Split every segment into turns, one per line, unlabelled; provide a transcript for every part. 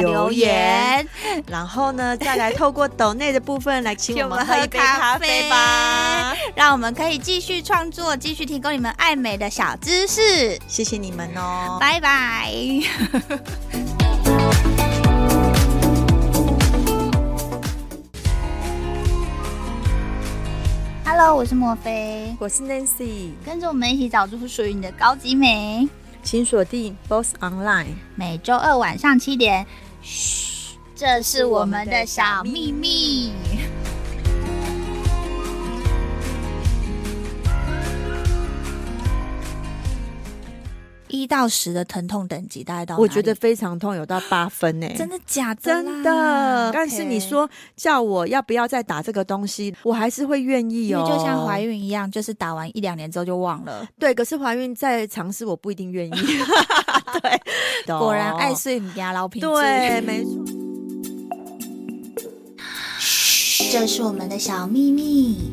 留言，。然后呢，再来透过抖内的部分来请
请
我
我
们
们
喝
喝
一
一
杯
杯
咖
咖
啡
啡
吧。
让我们可以继续创作，继续提供你们爱美的小知识。
谢谢你们哦。
拜拜。Hello，我是莫菲，
我是 Nancy，
跟着我们一起找出属于你的高级美。
请锁定 Boss Online。
每周二晚上七点，嘘，这是我们的小秘密。一到十的疼痛等级大概到哪里
我觉得非常痛，有到八分呢、
真的假的啦？
真的，
OK
但是你，说叫我要不要再打这个东西，我还是会愿意
因
哦。
为就像怀孕一样，就是打完一两年之后就忘了。
对，可是怀孕再尝试，我不一定 愿意。对，懂
果然爱睡你家老品质。
哦对，没错。
这是我们的小秘密。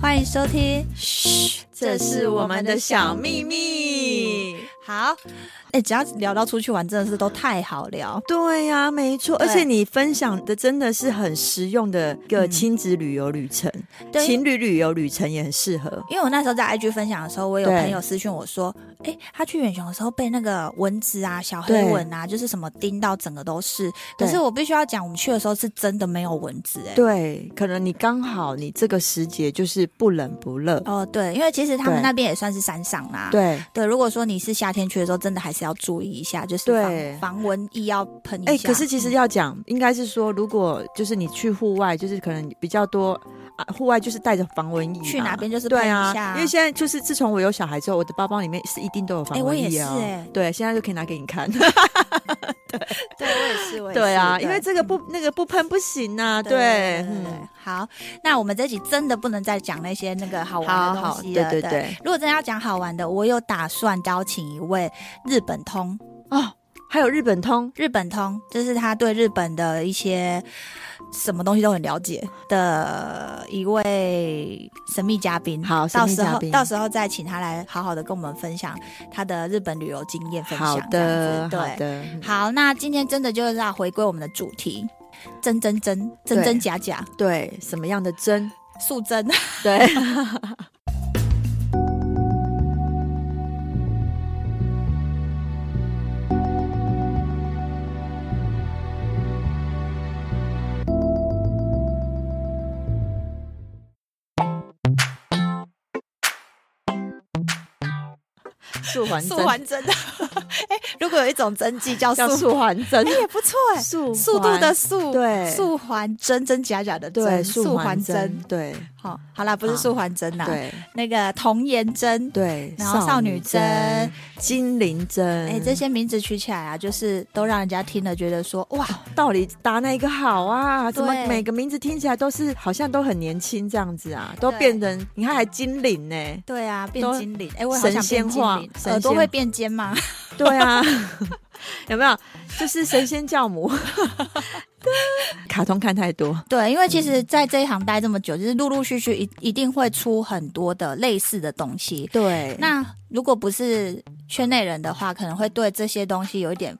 欢迎收听，嘘，
这是我们的小秘密。
好，哎、只要聊到出去玩，真的是都太好聊。
对呀、没错，而
对
且你分享的真的是很实用的一个
嗯
亲子旅游旅程，
对
情侣旅游旅程也很适合。
因为我那时候在 IG 分享的时候，我有
对
朋友私讯我说，哎、他去远雄的时候被那个蚊子啊、小黑蚊啊，就是什么叮到，整个都是。可
对
是我必须要讲，我们去的时候是真的没有蚊子、哎。
对，可能你刚好你这个时节就是不冷不热，
哦，对，因为其实他
对
们那边也算是山上啦。
对。
对如果说你是夏天去的时候，真的还是要注意一下，就是
对
防防蚊液要喷一下。
哎、可是其实
嗯
要讲，应该是说，如果就是你去户外，就是可能比较多啊，户外就是带着防蚊液嘛，
去哪边就是
嗯对
喷一下
啊，因为现在就是自从我有小孩之后，我的包包里面是一定都有防
哎我
蚊
也
液
是
啊、
哎
对，现在就可以拿给你看。
对我也是，我也是嗯
对啊，因为这个不那个不喷不行呐、啊，对，嗯
对，好，那我们这集真的不能再讲那些那个好玩
好
的
好，
东西
对
了。
对对，
如果真的要讲好玩的，我有打算邀请一位日本通，
哦，还有日本通，
日本通就是他对日本的一些什么东西都很了解的一位神秘嘉宾。
好哦神
到
秘
时
嘉
候
宾
到时候再请他来好好的跟我们分享他的日本旅游经验分享这
好。
样
的，
子
好
对。
的，嗯
好，那今天真的就是要回归我们的主题，真真真真真假假，
对，什么样的针？
素真。
对，素环
素
针
还真的。 哎、如果有一种针剂叫
叫
素，
素环针
哎、，也不错哎、
素
速度
环
的速，
对
素还真真假假的
对
真，素还真。，
对
好、好啦，不是
好
素还真啦，
对
那个童颜针。
对，
然后少女针、
精灵针，
哎、这些名字取起来啊，就是都让人家听了觉得说哇，
到底打哪一个好啊？怎么
对
每个名字听起来都是好像都很年轻这样子啊？都
对
变成你看还精灵呢、
对啊，变
都
精灵，哎、我也好想
神仙
变精
化
灵，
神
耳朵
仙
会变尖 吗？
对啊，有没有？就是神仙 教母，卡通看太多，
对，因为其实在这一行待这么久，就是陆陆续续一一定会出很多的类似的东西，
对那
那如果不是圈内人的话，可能会对这些东西有一点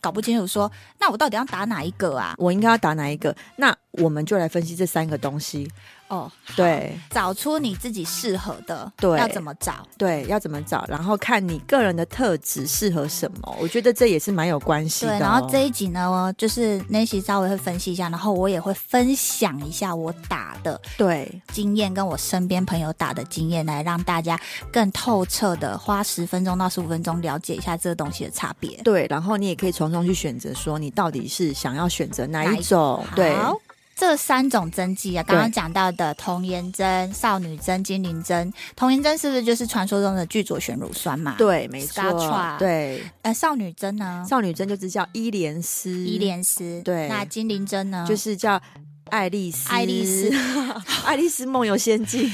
搞不清楚说那我到底要打哪一个啊？
我应该要打哪一个？那我们就来分析这三个东西。
哦，
对
找出你自己适合的，
对
要怎么找？
对，要怎么找？然后看你个人的特质适合什么，我觉得这也是蛮有关系
对
的、哦。，
然后这一集呢，就是 Nancy 稍微会分析一下，然后我也会分享一下我打的
对
经验，跟我身边朋友打的经验，来让大家更透彻的花十分钟到十五分钟了解一下这个东西的差别。
对，然后你也可以从中去选择，说你到底是想要选择哪
哪
一
一
种？对，
好，这三种针剂啊，
对
刚刚讲到的童颜针、少女针、精灵针。童颜针是不是就是传说中的聚左旋乳酸嘛？，
对，没错
Scatra，
对，
呃，少女针呢，
少女针就是叫伊莲丝，
伊莲丝。
对
那精灵针呢，
就是叫爱丽丝，
爱丽 丝，
爱丽丝梦游 仙境，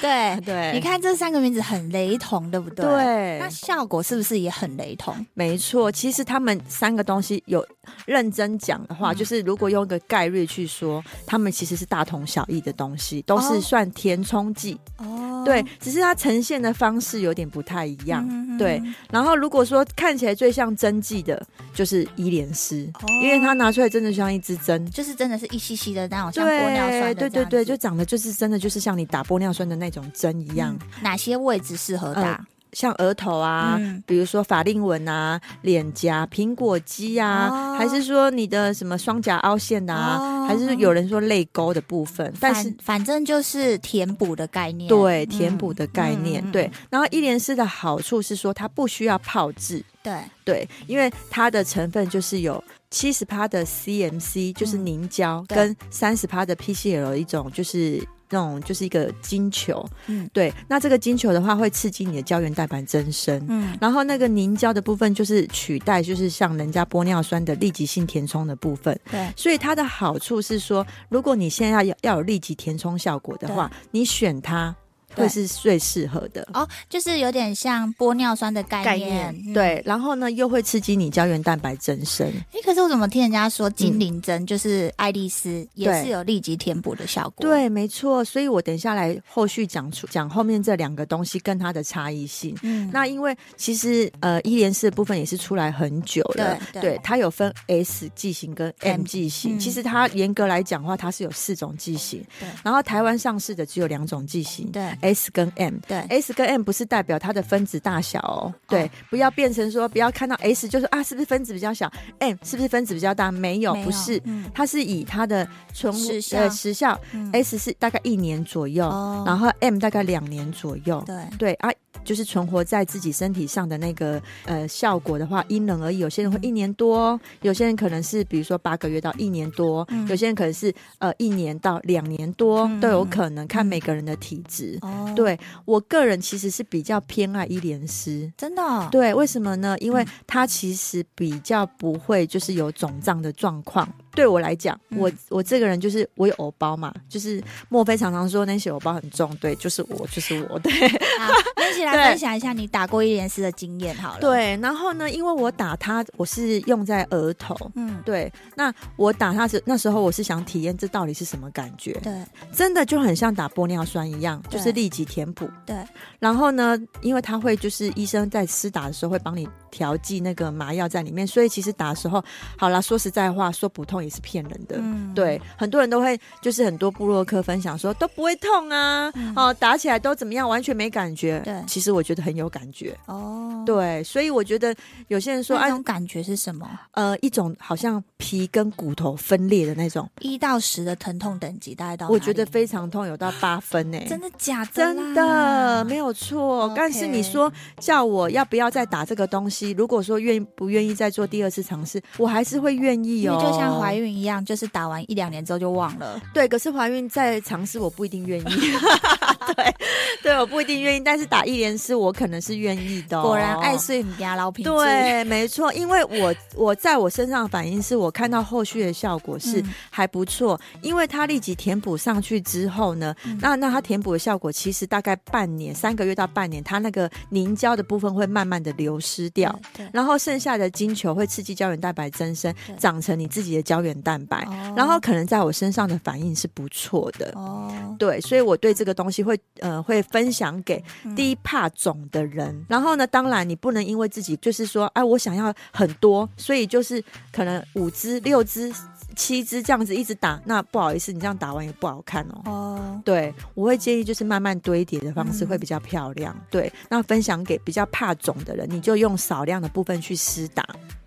对
对，
你看这三个名字很雷同，对不对？
对
那效果是不是也很雷同？
没错，其实他们三个东西有认真讲的话，
嗯
就是如果用一个概率去说，他们其实是大同小异的东西，都
哦
是算填充剂。
哦
对，只是它呈现的方式有点不太一样。
嗯
对，然后如果说看起来最像针剂的，就是伊莲丝，
哦
因为它拿出来真的像一支针。
就是真的是一吸吸的那种，像玻尿酸的
对
这
对对
样
对，
子
就长得就是真的就是像你打玻尿酸的那种针一样，
嗯哪些位置适合打
像额头啊，
嗯
比如说法令纹啊、脸颊、苹果肌啊，
哦
还是说你的什么双颊凹陷啊，
哦
还是有人说泪沟的部分，但是
反反正就是填补的概念，
对
嗯
填补的概念，
嗯嗯
对。然后伊莲丝的好处是说它不需要泡制，
对，
对，因为它的成分就是有。七十趴的 CMC 就是
嗯
凝胶，
对
跟三十趴的 PCL 一种就是那种就是一个金球，
嗯
对。那这个金球的话会刺激你的胶原蛋白增生，
嗯
然后那个凝胶的部分就是取代，就是像人家玻尿酸的立即性填充的部分。
对，
所以它的好处是说，如果你现在要要有立即填充效果的话，你选它
对
会是最适合的。
哦，就是有点像玻尿酸的概嗯
对，然后呢又会刺激你胶原蛋白增生，
哎，可是我怎么听人家说精灵针就是爱丽丝也
对
是有立即填补的效果？，
嗯对，没错。所以我等一下来后续讲出讲后面这两个东西跟它的差异性。
嗯，
那因为其实呃，一连四的部分也是出来很久了，
对对
它有分 S 剂型跟 M 剂型。
嗯
其实它严格来讲的话，它是有四种剂型
对，
然后台湾上市的只有两种剂型
对
，S 跟 M。
对
S 跟 M 不是代表它的分子大小哦，对，不要变成说不要看到 S 就说啊是不是分子比较小，M 是不是分子比较大？没有，
没有
不是，
嗯
它是以它的存活
时效
呃时效
嗯
S 是大概一年左右，
哦
然后 M 大概两年左右，
对
对啊，就是存活在自己身体上的那个呃效果的话，因人而异。有些人会一年多，哦有些人可能是比如说八个月到一年多，
嗯
有些人可能是呃一年到两年多、
嗯
都有可能，看
嗯
每个人的体质。
哦，
对我个人其实是比较偏爱伊莲丝。
真的哦
对，为什么呢？因为
嗯
它其实比较不会就是有肿胀的状况。对我来讲，我
嗯
我这个人就是我有偶包嘛，就是莫非常常说那些偶包很重，对，就是我，就是我，对
好，啊那一起来
对
分享一下你打过一连丝的经验好了。，
对。然后呢，因为我打它，我是用在额头。
嗯，
对，那我打它时那时候我是想体验这到底是什么感觉，
对
真的就很像打玻尿酸一样，就
对
是立即填补。
对，
然后呢，因为它会就是医生在施打的时候会帮你调剂那个麻药在里面，所以其实打的时候，好啦，说实在话，说不痛也是骗人的。
嗯
对，很多人都会，就是很多部落客分享说都不会痛啊，
嗯
哦，打起来都怎么样，完全没感觉。
对
其实我觉得很有感觉。
哦，
对，所以我觉得有些人说，
那
哎、
种感觉是什么？
呃，一种好像皮跟骨头分裂的那种，
一到十的疼痛等级大概到哪里？
我觉得非常痛，有到八分呢、
真的假的啦？
真的没有错
OK
但是你说叫我要不要再打这个东西？如果说愿意不愿意再做第二次尝试，我还是会愿意
因
哦。
为就像怀孕一样，就是打完一两年之后就忘了。
对，可是怀孕再尝试，我不一定愿意。 对，对，我不一定愿意，但是打一连丝，我可能是愿意的、
果然爱。睡不家老品质。
哦对，没错，因为 我我在我身上的反应是我看到后续的效果是
嗯
还不错，因为它立即填补上去之后呢，
嗯
那那它填补的效果其实大概半年，三个月到半年，它那个凝胶的部分会慢慢的流失掉。
对，对
然后剩下的金球会刺激胶原蛋白增生
对，
长成你自己的胶原蛋白，
哦
然后可能在我身上的反应是不错的，
哦，
对，所以我对这个东西会呃会分享给
嗯
第一怕肿的人。然后呢，当然你不能因为自己就是说，哎，我想要很多，所以就是可能五支、六支、七支这样子一直打，那不好意思，你这样打完也不好看哦。
哦，
对，我会建议就是慢慢堆叠的方式
嗯
会比较漂亮。对，那分享给比较怕肿的人，你就用少量的部分去施打。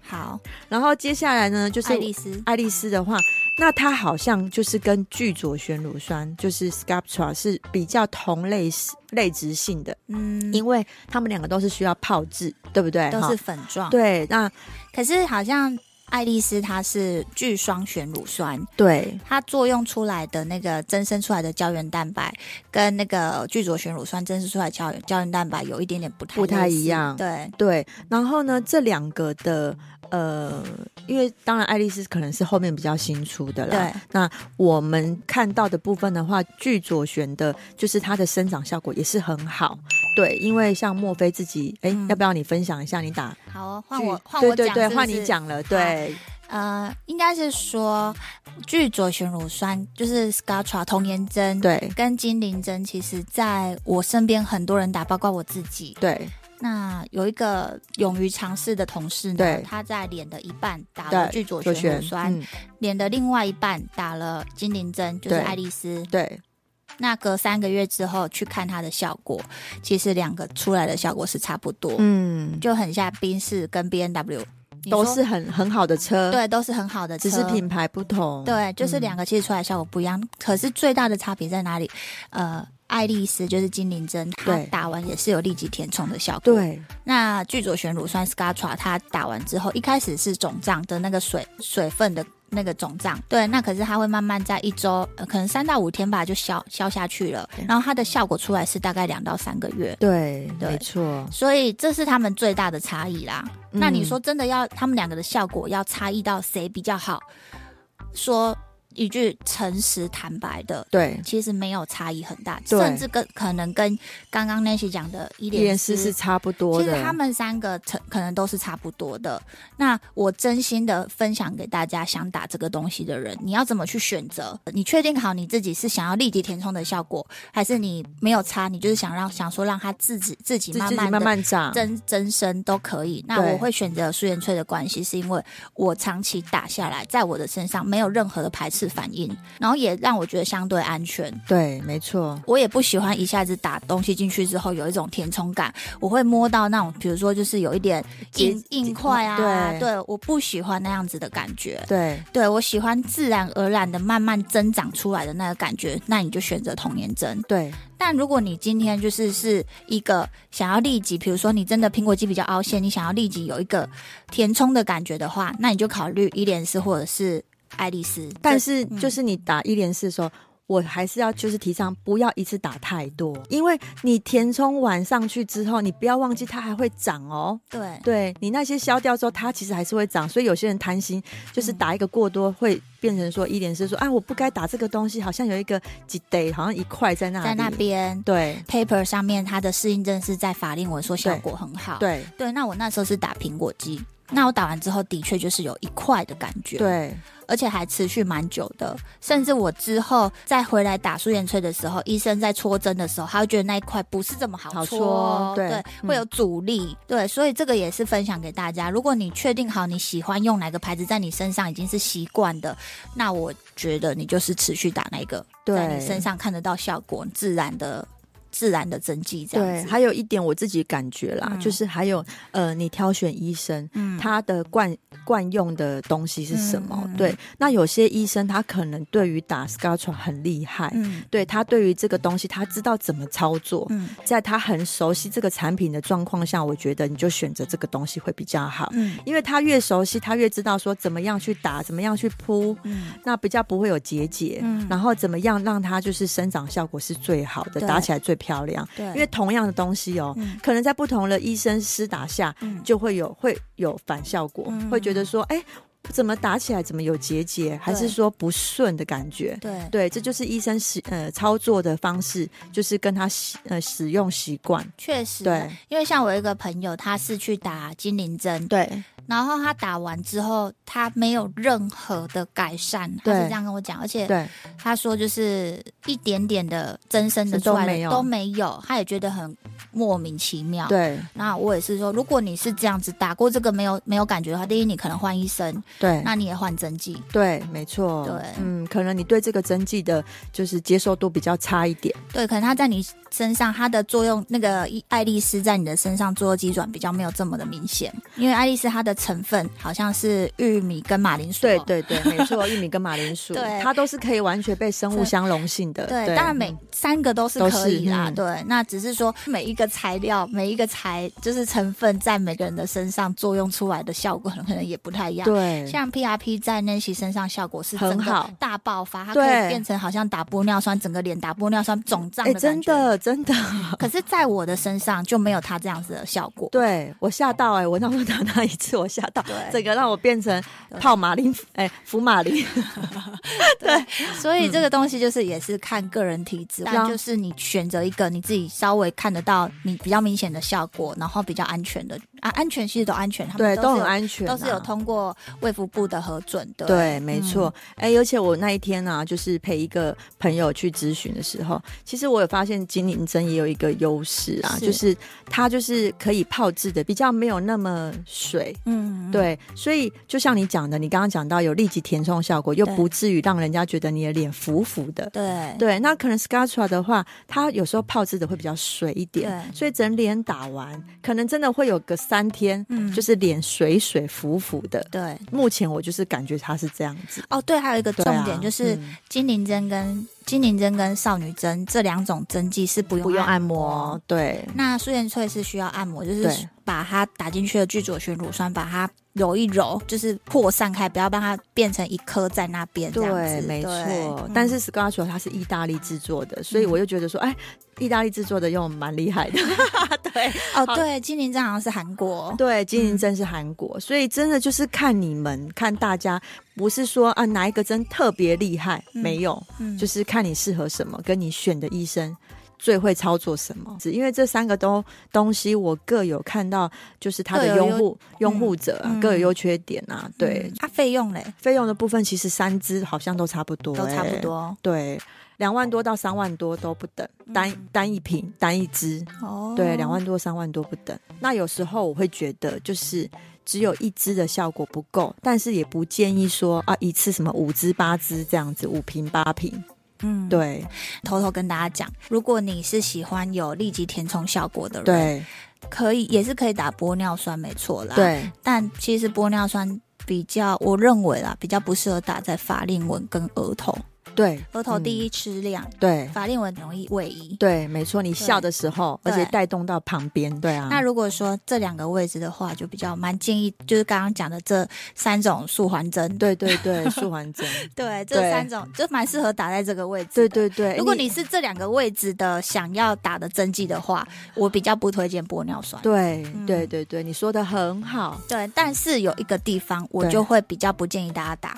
好，
然后接下来呢，就是
爱丽丝，
爱丽丝的话，那它好像就是跟聚左旋乳酸，就是 Sculptra 是比较同类类质性的，
嗯，
因为它们两个都是需要泡制，对不对？
都
哈
是粉状。，
对，那
可是好像爱丽丝它是聚双旋乳酸，
对
它作用出来的那个增生出来的胶原蛋白，跟那个聚左旋乳酸增生出来的胶胶原蛋白有一点点不太
不太
类似
一样
对，
对，然后呢，这两个的呃，因为当然爱丽丝可能是后面比较新出的啦。
对，
那我们看到的部分的话，聚左旋的，就是它的生长效果也是很好。对，因为像墨菲自己，哎、
嗯
要不要你分享一下你打
好哦，换我
聚
换我讲，
对对对，
是不
换
是
你。讲了，对，
呃，应该是说聚左旋乳酸就是 Scotra 童颜针，，
对
跟金灵针，其实在我身边很多人打，包括我自己。
对
那有一个勇于尝试的同事呢
对，
他在脸的一半打了
对
聚左
左
旋乳
旋，
酸，
嗯，
脸的另外一半打了金灵针，就是
对
爱丽丝。
对，
那隔三个月之后去看它的效果，其实两个出来的效果是差不多，
嗯，
就很像宾士跟 B N W，
都是很很好的车，，
对，都是很好的车，
只是品牌不同，
对，就是
嗯
两个其实出来效果不一样。可是最大的差别在哪里？呃，爱丽丝就是精灵针，它
对
打完也是有立即填充的效果。，
对
那聚左旋乳酸 Scotra 它打完之后，一开始是肿胀的那个水水分的。那个肿胀，对，那可是它会慢慢在一周，呃、可能三到五天吧，就消消下去了
对。
然后它的效果出来是大概两到三个月，
对，
对
没错。
所以这是他们最大的差异啦。那你
嗯
说真的要他们两个的效果要差异到谁比较好？说一句诚实坦白的，
对，
其实没有差异很大，
对
甚至跟可能跟刚刚 Nancy 讲的伊
一
莲
连
丝
四是差不多
其
的，
实他们三个成可能都是差不多的。那我真心的分享给大家，想打这个东西的人，你要怎么去选择？你确定好你自己是想要立即填充的效果，还是你没有差，你就是想让想说让它自己自己
自
慢
自己
慢
慢
地
慢长，
增增生都可以。那
对
我会选择苏元翠的关系，是因为我长期打下来，在我的身上没有任何的排斥反应，然后也让我觉得相对安全。
对，没错，
我也不喜欢一下子打东西进去之后有一种填充感，我会摸到那种，比如说就是有一点
结
硬硬块啊，
对
我不喜欢那样子的感觉。
对
对我喜欢自然而然的慢慢增长出来的那个感觉，那你就选择童颜针。
对
但如果你今天就是是一个想要立即，比如说你真的苹果肌比较凹陷，你想要立即有一个填充的感觉的话，那你就考虑伊莲丝或者是爱丽丝。
但
这
是
嗯
就是你打一连四的时候。我还是要就是提倡不要一次打太多，因为你填充完上去之后，你不要忘记它还会长哦。
对
对你那些消掉之后，它其实还是会长，所以有些人贪心，就是打一个过多，会变成说一连四说啊，我不该打这个东西，好像有一个几 day，好像一块在那里，
在那，边
对
paper 上面它的适应症是在法令纹说效果很好。
对
对，那我那时候是打苹果肌，那我打完之后的确就是有一块的感觉。
对
而且还持续蛮久的，甚至我之后再回来打苏元翠的时候，医生在戳针的时候，他会觉得那一块不是这么好
好
戳
戳
哦，
对嗯
会有阻力，对，所以这个也是分享给大家。如果你确定好你喜欢用哪个牌子，在你身上已经是习惯的，那我觉得你就是持续打那个，
对
在你身上看得到效果，自然的自然的增肌这
对。
样子，
还有一点我自己感觉啦，
嗯
就是还有呃，你挑选医生，
嗯
他的惯惯用的东西是什么？
嗯嗯
对，那有些医生他可能对于打 Scotra 很厉害，
嗯
对他对于这个东西他知道怎么操作，
嗯
在他很熟悉这个产品的状况下，我觉得你就选择这个东西会比较好，
嗯
因为他越熟悉，他越知道说怎么样去打，怎么样去铺，
嗯
那比较不会有结节。
嗯，
然后怎么样让它就是生长效果是最好的，
对
打起来最漂亮？
对，
因为同样的东西哦，
嗯
可能在不同的医生施打下，
嗯
就会有会有反效果，
嗯
会觉得说，哎、怎么打起来怎么有结节，还是说不顺的感觉？
对
对，这就是医生使呃操作的方式，就是跟他使呃使用习惯。
确实，
对
因为像我有一个朋友，他是去打精灵针，
对
然后他打完之后，他没有任何的改善，他
对
是这样跟我讲，而且
对
他说就是一点点的增生的
是都
出来
没
的
有
都没有，他也觉得很莫名其妙。
对
那我也是说，如果你是这样子打过这个没有没有感觉的话，第一你可能换医生，
对
那你也换针剂，
对，没错。
对
嗯，可能你对这个针剂的就是接受度比较差一点。
对，可能他在你身上它的作用，那个伊爱丽丝在你的身上作用机转比较没有这么的明显，因为爱丽丝它的成分好像是玉米跟马铃薯，
对对对，没错，玉米跟马铃薯，
哦 对
它都是可以完全被生物
对
相容性的。嗯
对，当然每三个都是
都
可以
是
啦，
嗯
对，那只是说每一个个材料、每一个材就是成分在每个人的身上作用出来的效果，可能也不太一样。
对，
像 PRP 在 Nancy 身上效果是
很
整个
好
大爆发，它可
对
以变成好像打玻尿酸，整个脸打玻尿酸肿胀
哎，
的感觉。
真的真的，
可是在我的身上就没有它这样子的效果。
对我吓到哎、我那时候打那一次，我吓到
对，
整个让我变成
对
泡马林哎，福马林，
所
嗯
以这个东西就是也是看个人体质，但
然
就是你选择一个你自己稍微看得到你比较明显的效果，然后比较安全的啊，安全其实都安全，他
对，
们
都
是
很
有
安全、啊
都是有。通过卫福部的核准的。
对，没错。哎、而且我那一天啊，就是陪一个朋友去咨询的时候，其实我有发现金灵针也有一个优势啊，
是
就是它就是可以泡制的，比较没有那么水。
嗯，嗯，
对，所以就像你讲的，你刚刚讲到有立即填充效果，又
对
不至于让人家觉得你的脸浮浮的。
对
对，那可能 Scatura 的话，它有时候泡制的会比较水一点，
对
所以整脸打完，可能真的会有个三天，
嗯
就是脸水水浮浮的。
对
目前我就是感觉它是这样子。
哦，对，还有一个
对
重
啊
点就是
嗯
精灵针跟精灵针跟少女针这两种针剂是不用
不用按
摩
摩，对
那素颜萃是需要按摩，就是
对
把它打进去的聚左旋乳酸，把它揉一揉，就是破散开，不要让它变成一颗在那边这样
对，
子。
没错
嗯。
但是 Scatura 它是意大利制作的，所以我就觉得说，哎，意大利制作的又蛮厉害的。对，
哦，
好
对，嗯精灵针好像是韩国。
对，金银针是韩国，所以真的就是看你们，看大家，不是说啊哪一个针特别厉害，
嗯
没有，
嗯
就是看你适合什么，跟你选的医生最会操作什
哦
么。只因为这三个都东西，我各有看到，就是它的
各有
拥护拥护者啊、
嗯
各有优缺点啊。对，
嗯它费用嘞
费用的部分其实三支好像都差不多、
都差不
欸。
多
对，两万多到三万多都不等，单、
嗯
单一瓶单一支。
哦。
对，两万多、三万多不等。那有时候我会觉得，就是只有一支的效果不够，但是也不建议说啊，一次什么五支、八支这样子，五瓶、八瓶。
嗯，
对
偷偷跟大家讲，如果你是喜欢有立即填充效果的人，，
对
可以也是可以打玻尿酸，没错啦。，
对，
但其实玻尿酸比较，我认为啦，比较不适合打在法令纹跟额头，
对，
额头第
一，
一吃量，
对
法令纹容易位移。
对，没错。你笑的时候，
对
而且带动到旁边，对啊，
那如果说这两个位置的话，就比较蛮建议，就是刚刚讲的这三种素环针。
对对 对，舒缓针，
对，这
对
三种就蛮适合打在这个位置。
对。对对。
如果你是这两个位置的想要打的针剂的话，我比较不推荐玻尿酸。
对
嗯
对对对，你说的很好，
对，但是有一个地方我
对
就会比较不建议大家打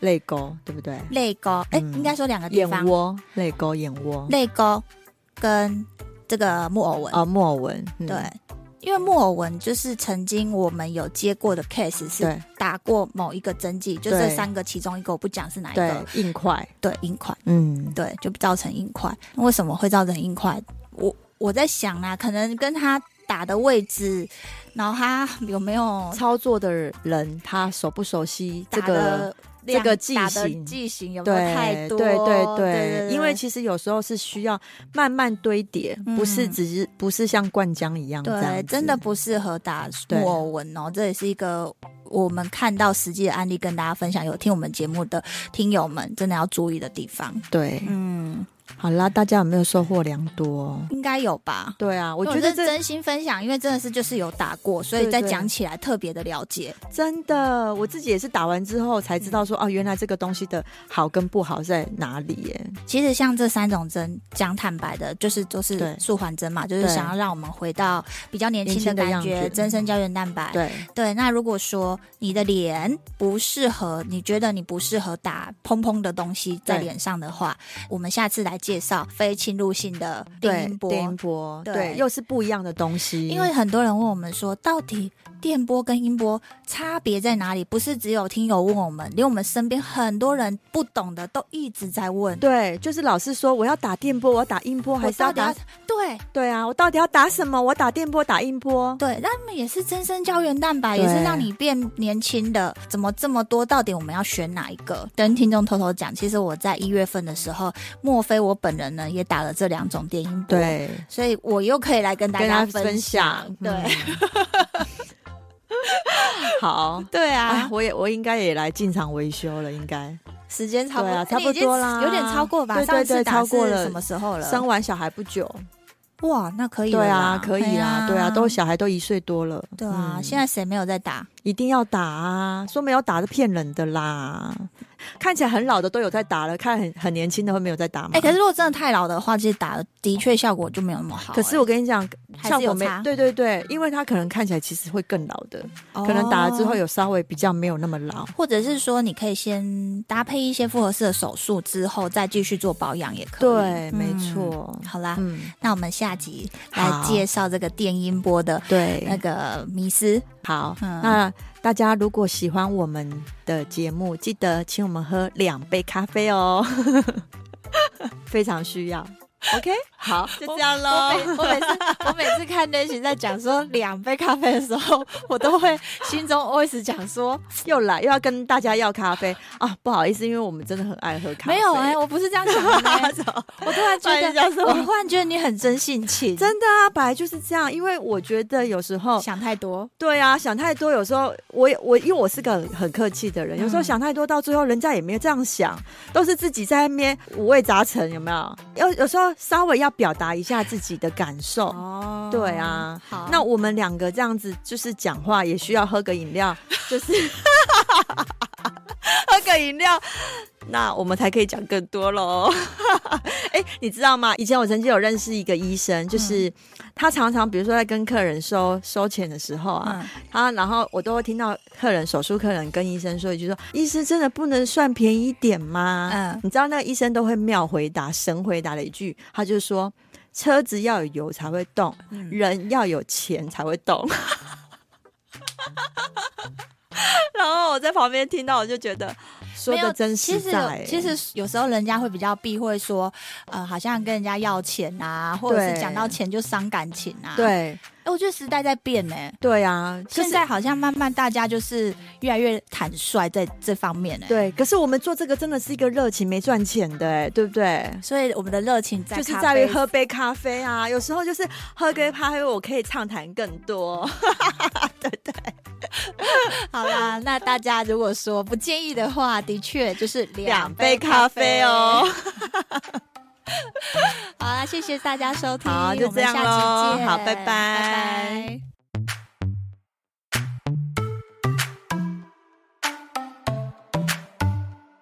泪沟对不对？
泪沟，哎，
嗯
应该说两个地
眼
方，
窝、泪沟、眼窝，
泪沟跟这个木偶纹。
啊，墨纹，嗯
对，因为木偶纹就是曾经我们有接过的 case 是
对
打过某一个针剂，就这
对
三个其中一个我不讲是哪一个，
对，硬块，
对硬块，
哎嗯，
对就造成硬块。为什么会造成硬块？我我在想啊，可能跟他打的位置，然后他有没有
操作的人他熟不熟悉这
打
个？
的量、
这个剂
打的
型
剂型有没有太
对
多？
对
对
对对，因为其实有时候是需要慢慢堆叠，
嗯
不是只是不是像灌浆一样这样
对
子
真的不适合打
对
木偶纹哦，这也是一个。我们看到实际的案例跟大家分享，有听我们节目的听友们真的要注意的地方。
对。
嗯，
好啦，大家有没有收获良多？
应该有吧。
对啊，我
因为
觉得
这是
这
真心分享，因为真的是就是有打过，所以
对
在
对
讲起来特别的了解。
真的，我自己也是打完之后才
嗯
知道说，哦，原来这个东西的好跟不好在哪里耶。
其实像这三种针，讲坦白的，就是都是
对
素环针嘛，就是
对
想要让我们回到比较年
年
轻的
轻的
感
样
觉，
子
增生胶原蛋白。
对
对，那如果说你的脸不适合，你觉得你不适合打砰砰的东西在
对
脸上的话，我们下次来介绍非侵入性的电
对
音，波。
电音波，
对
对，又是不一样的东西。
因为很多人问我们说，到底电波跟音波差别在哪里？不是只有听友问我们，连我们身边很多人不懂的都一直在问。
对，就是老是说我要打电波，我要打音波，还
我
是要
到底
打
要对
对啊，我到底要打什么？我打电波，打音波。
对，那他们也是增生胶原蛋白，
对
也是让你变年轻的。怎么这么多？到底我们要选哪一个？跟听众偷偷讲，其实我在一月份的时候，莫非我本人呢也打了这两种电音波，
对，
所以我又可以来跟大
跟大
家
家分享
享。对、。
好
对
啊，，我也我应该也来进场维修了，应该
时间差不多，哎
对啊差
你已
不
经
多啦
有点超过吧？
对对对
上次打
超过
是
了
什么时候了？
生完小孩不久，
哇，那可以了
对啊
啦，哎
可以啊，对啊，都小孩都一岁多了，
对啊，
嗯
现在谁没有在打？
一定要打啊！说没有打是骗人的啦。看起来很老的都有在打了，看很很年轻的会没有在打吗？
哎、可是如果真的太老的话，其实打的的确效果就没有那么好、
可是我跟你讲，
还
效
是有
果没
差
对对对，因为他可能看起来其实会更老的，
哎
可能打了之后
哦
有稍微比较没有那么老。
或者是说，你可以先搭配一些复合式的手术，之后再继续做保养也可以。
对，
嗯
没。错，
好啦，
嗯，
那我们下集
好
来介绍这个电音波的
对
那，个迷思。
好，
嗯
那大家如果喜欢我们的节目，记得请我们喝两杯咖啡哦， 非常需要。OK，好，哦就这样喽。
我每次我每次看 Nancy 在讲说两杯咖啡的时候，我都会心中 always 讲说
又来，又要跟大家要咖啡啊！不好意思，因为我们真的很爱喝咖啡。
没有哎、我不是这样想 的、欸。 我突然觉
不然人家
得，哎
说
我突然觉得你很真性情，
真的啊，本来就是这样。因为我觉得有时候，
想太多。
对啊，想太多，有时候我也我因为我是个很很客气的人，有时候
嗯
想太多，到最后人家也没有这样想，都是自己在那边五味杂陈，有没有？有有时候稍微要表达一下自己的感受。
哦
对，啊，
好，
那我们两个这样子就是讲话也需要喝个饮料，就是喝个饮料，那我们才可以讲更多喽。 哎、你知道吗？以前我曾经有认识一个医生，就是、他常常比如说在跟客人收收钱的时候啊，
嗯
他然后我都会听到客人手术客人跟医生说一句说：“医师真的不能算便宜一点吗？”
嗯
你知道那个医生都会妙回答神回答了一句，他就说。车子要有油才会动，
嗯
人要有钱才会 动。然后我在旁边听到，我就觉得说
没有
的真实
其实
在、欸
有其实有时候人家会比较避讳说，呃，好像跟人家要钱啊，或者
对
是讲到钱就伤感情啊。，
对
哎，我觉得时代在变呢、
对啊，就是
现在好像慢慢大家就是越来越坦率在这方面呢、，
对。可是我们做这个真的是一个热情，没赚钱的、哎，对不对？
所以我们的热情在
就是
咖
在于
啡
喝杯咖啡啊，有时候就是喝杯咖啡，我可以畅谈更多。
好啦，那大家如果说不介意的话，的确就是
两
两杯
杯咖
咖
啡
啡
哦
哦。好啦，谢谢大家收听，
好就
我们
这样
下期
咯
见
好拜拜
拜拜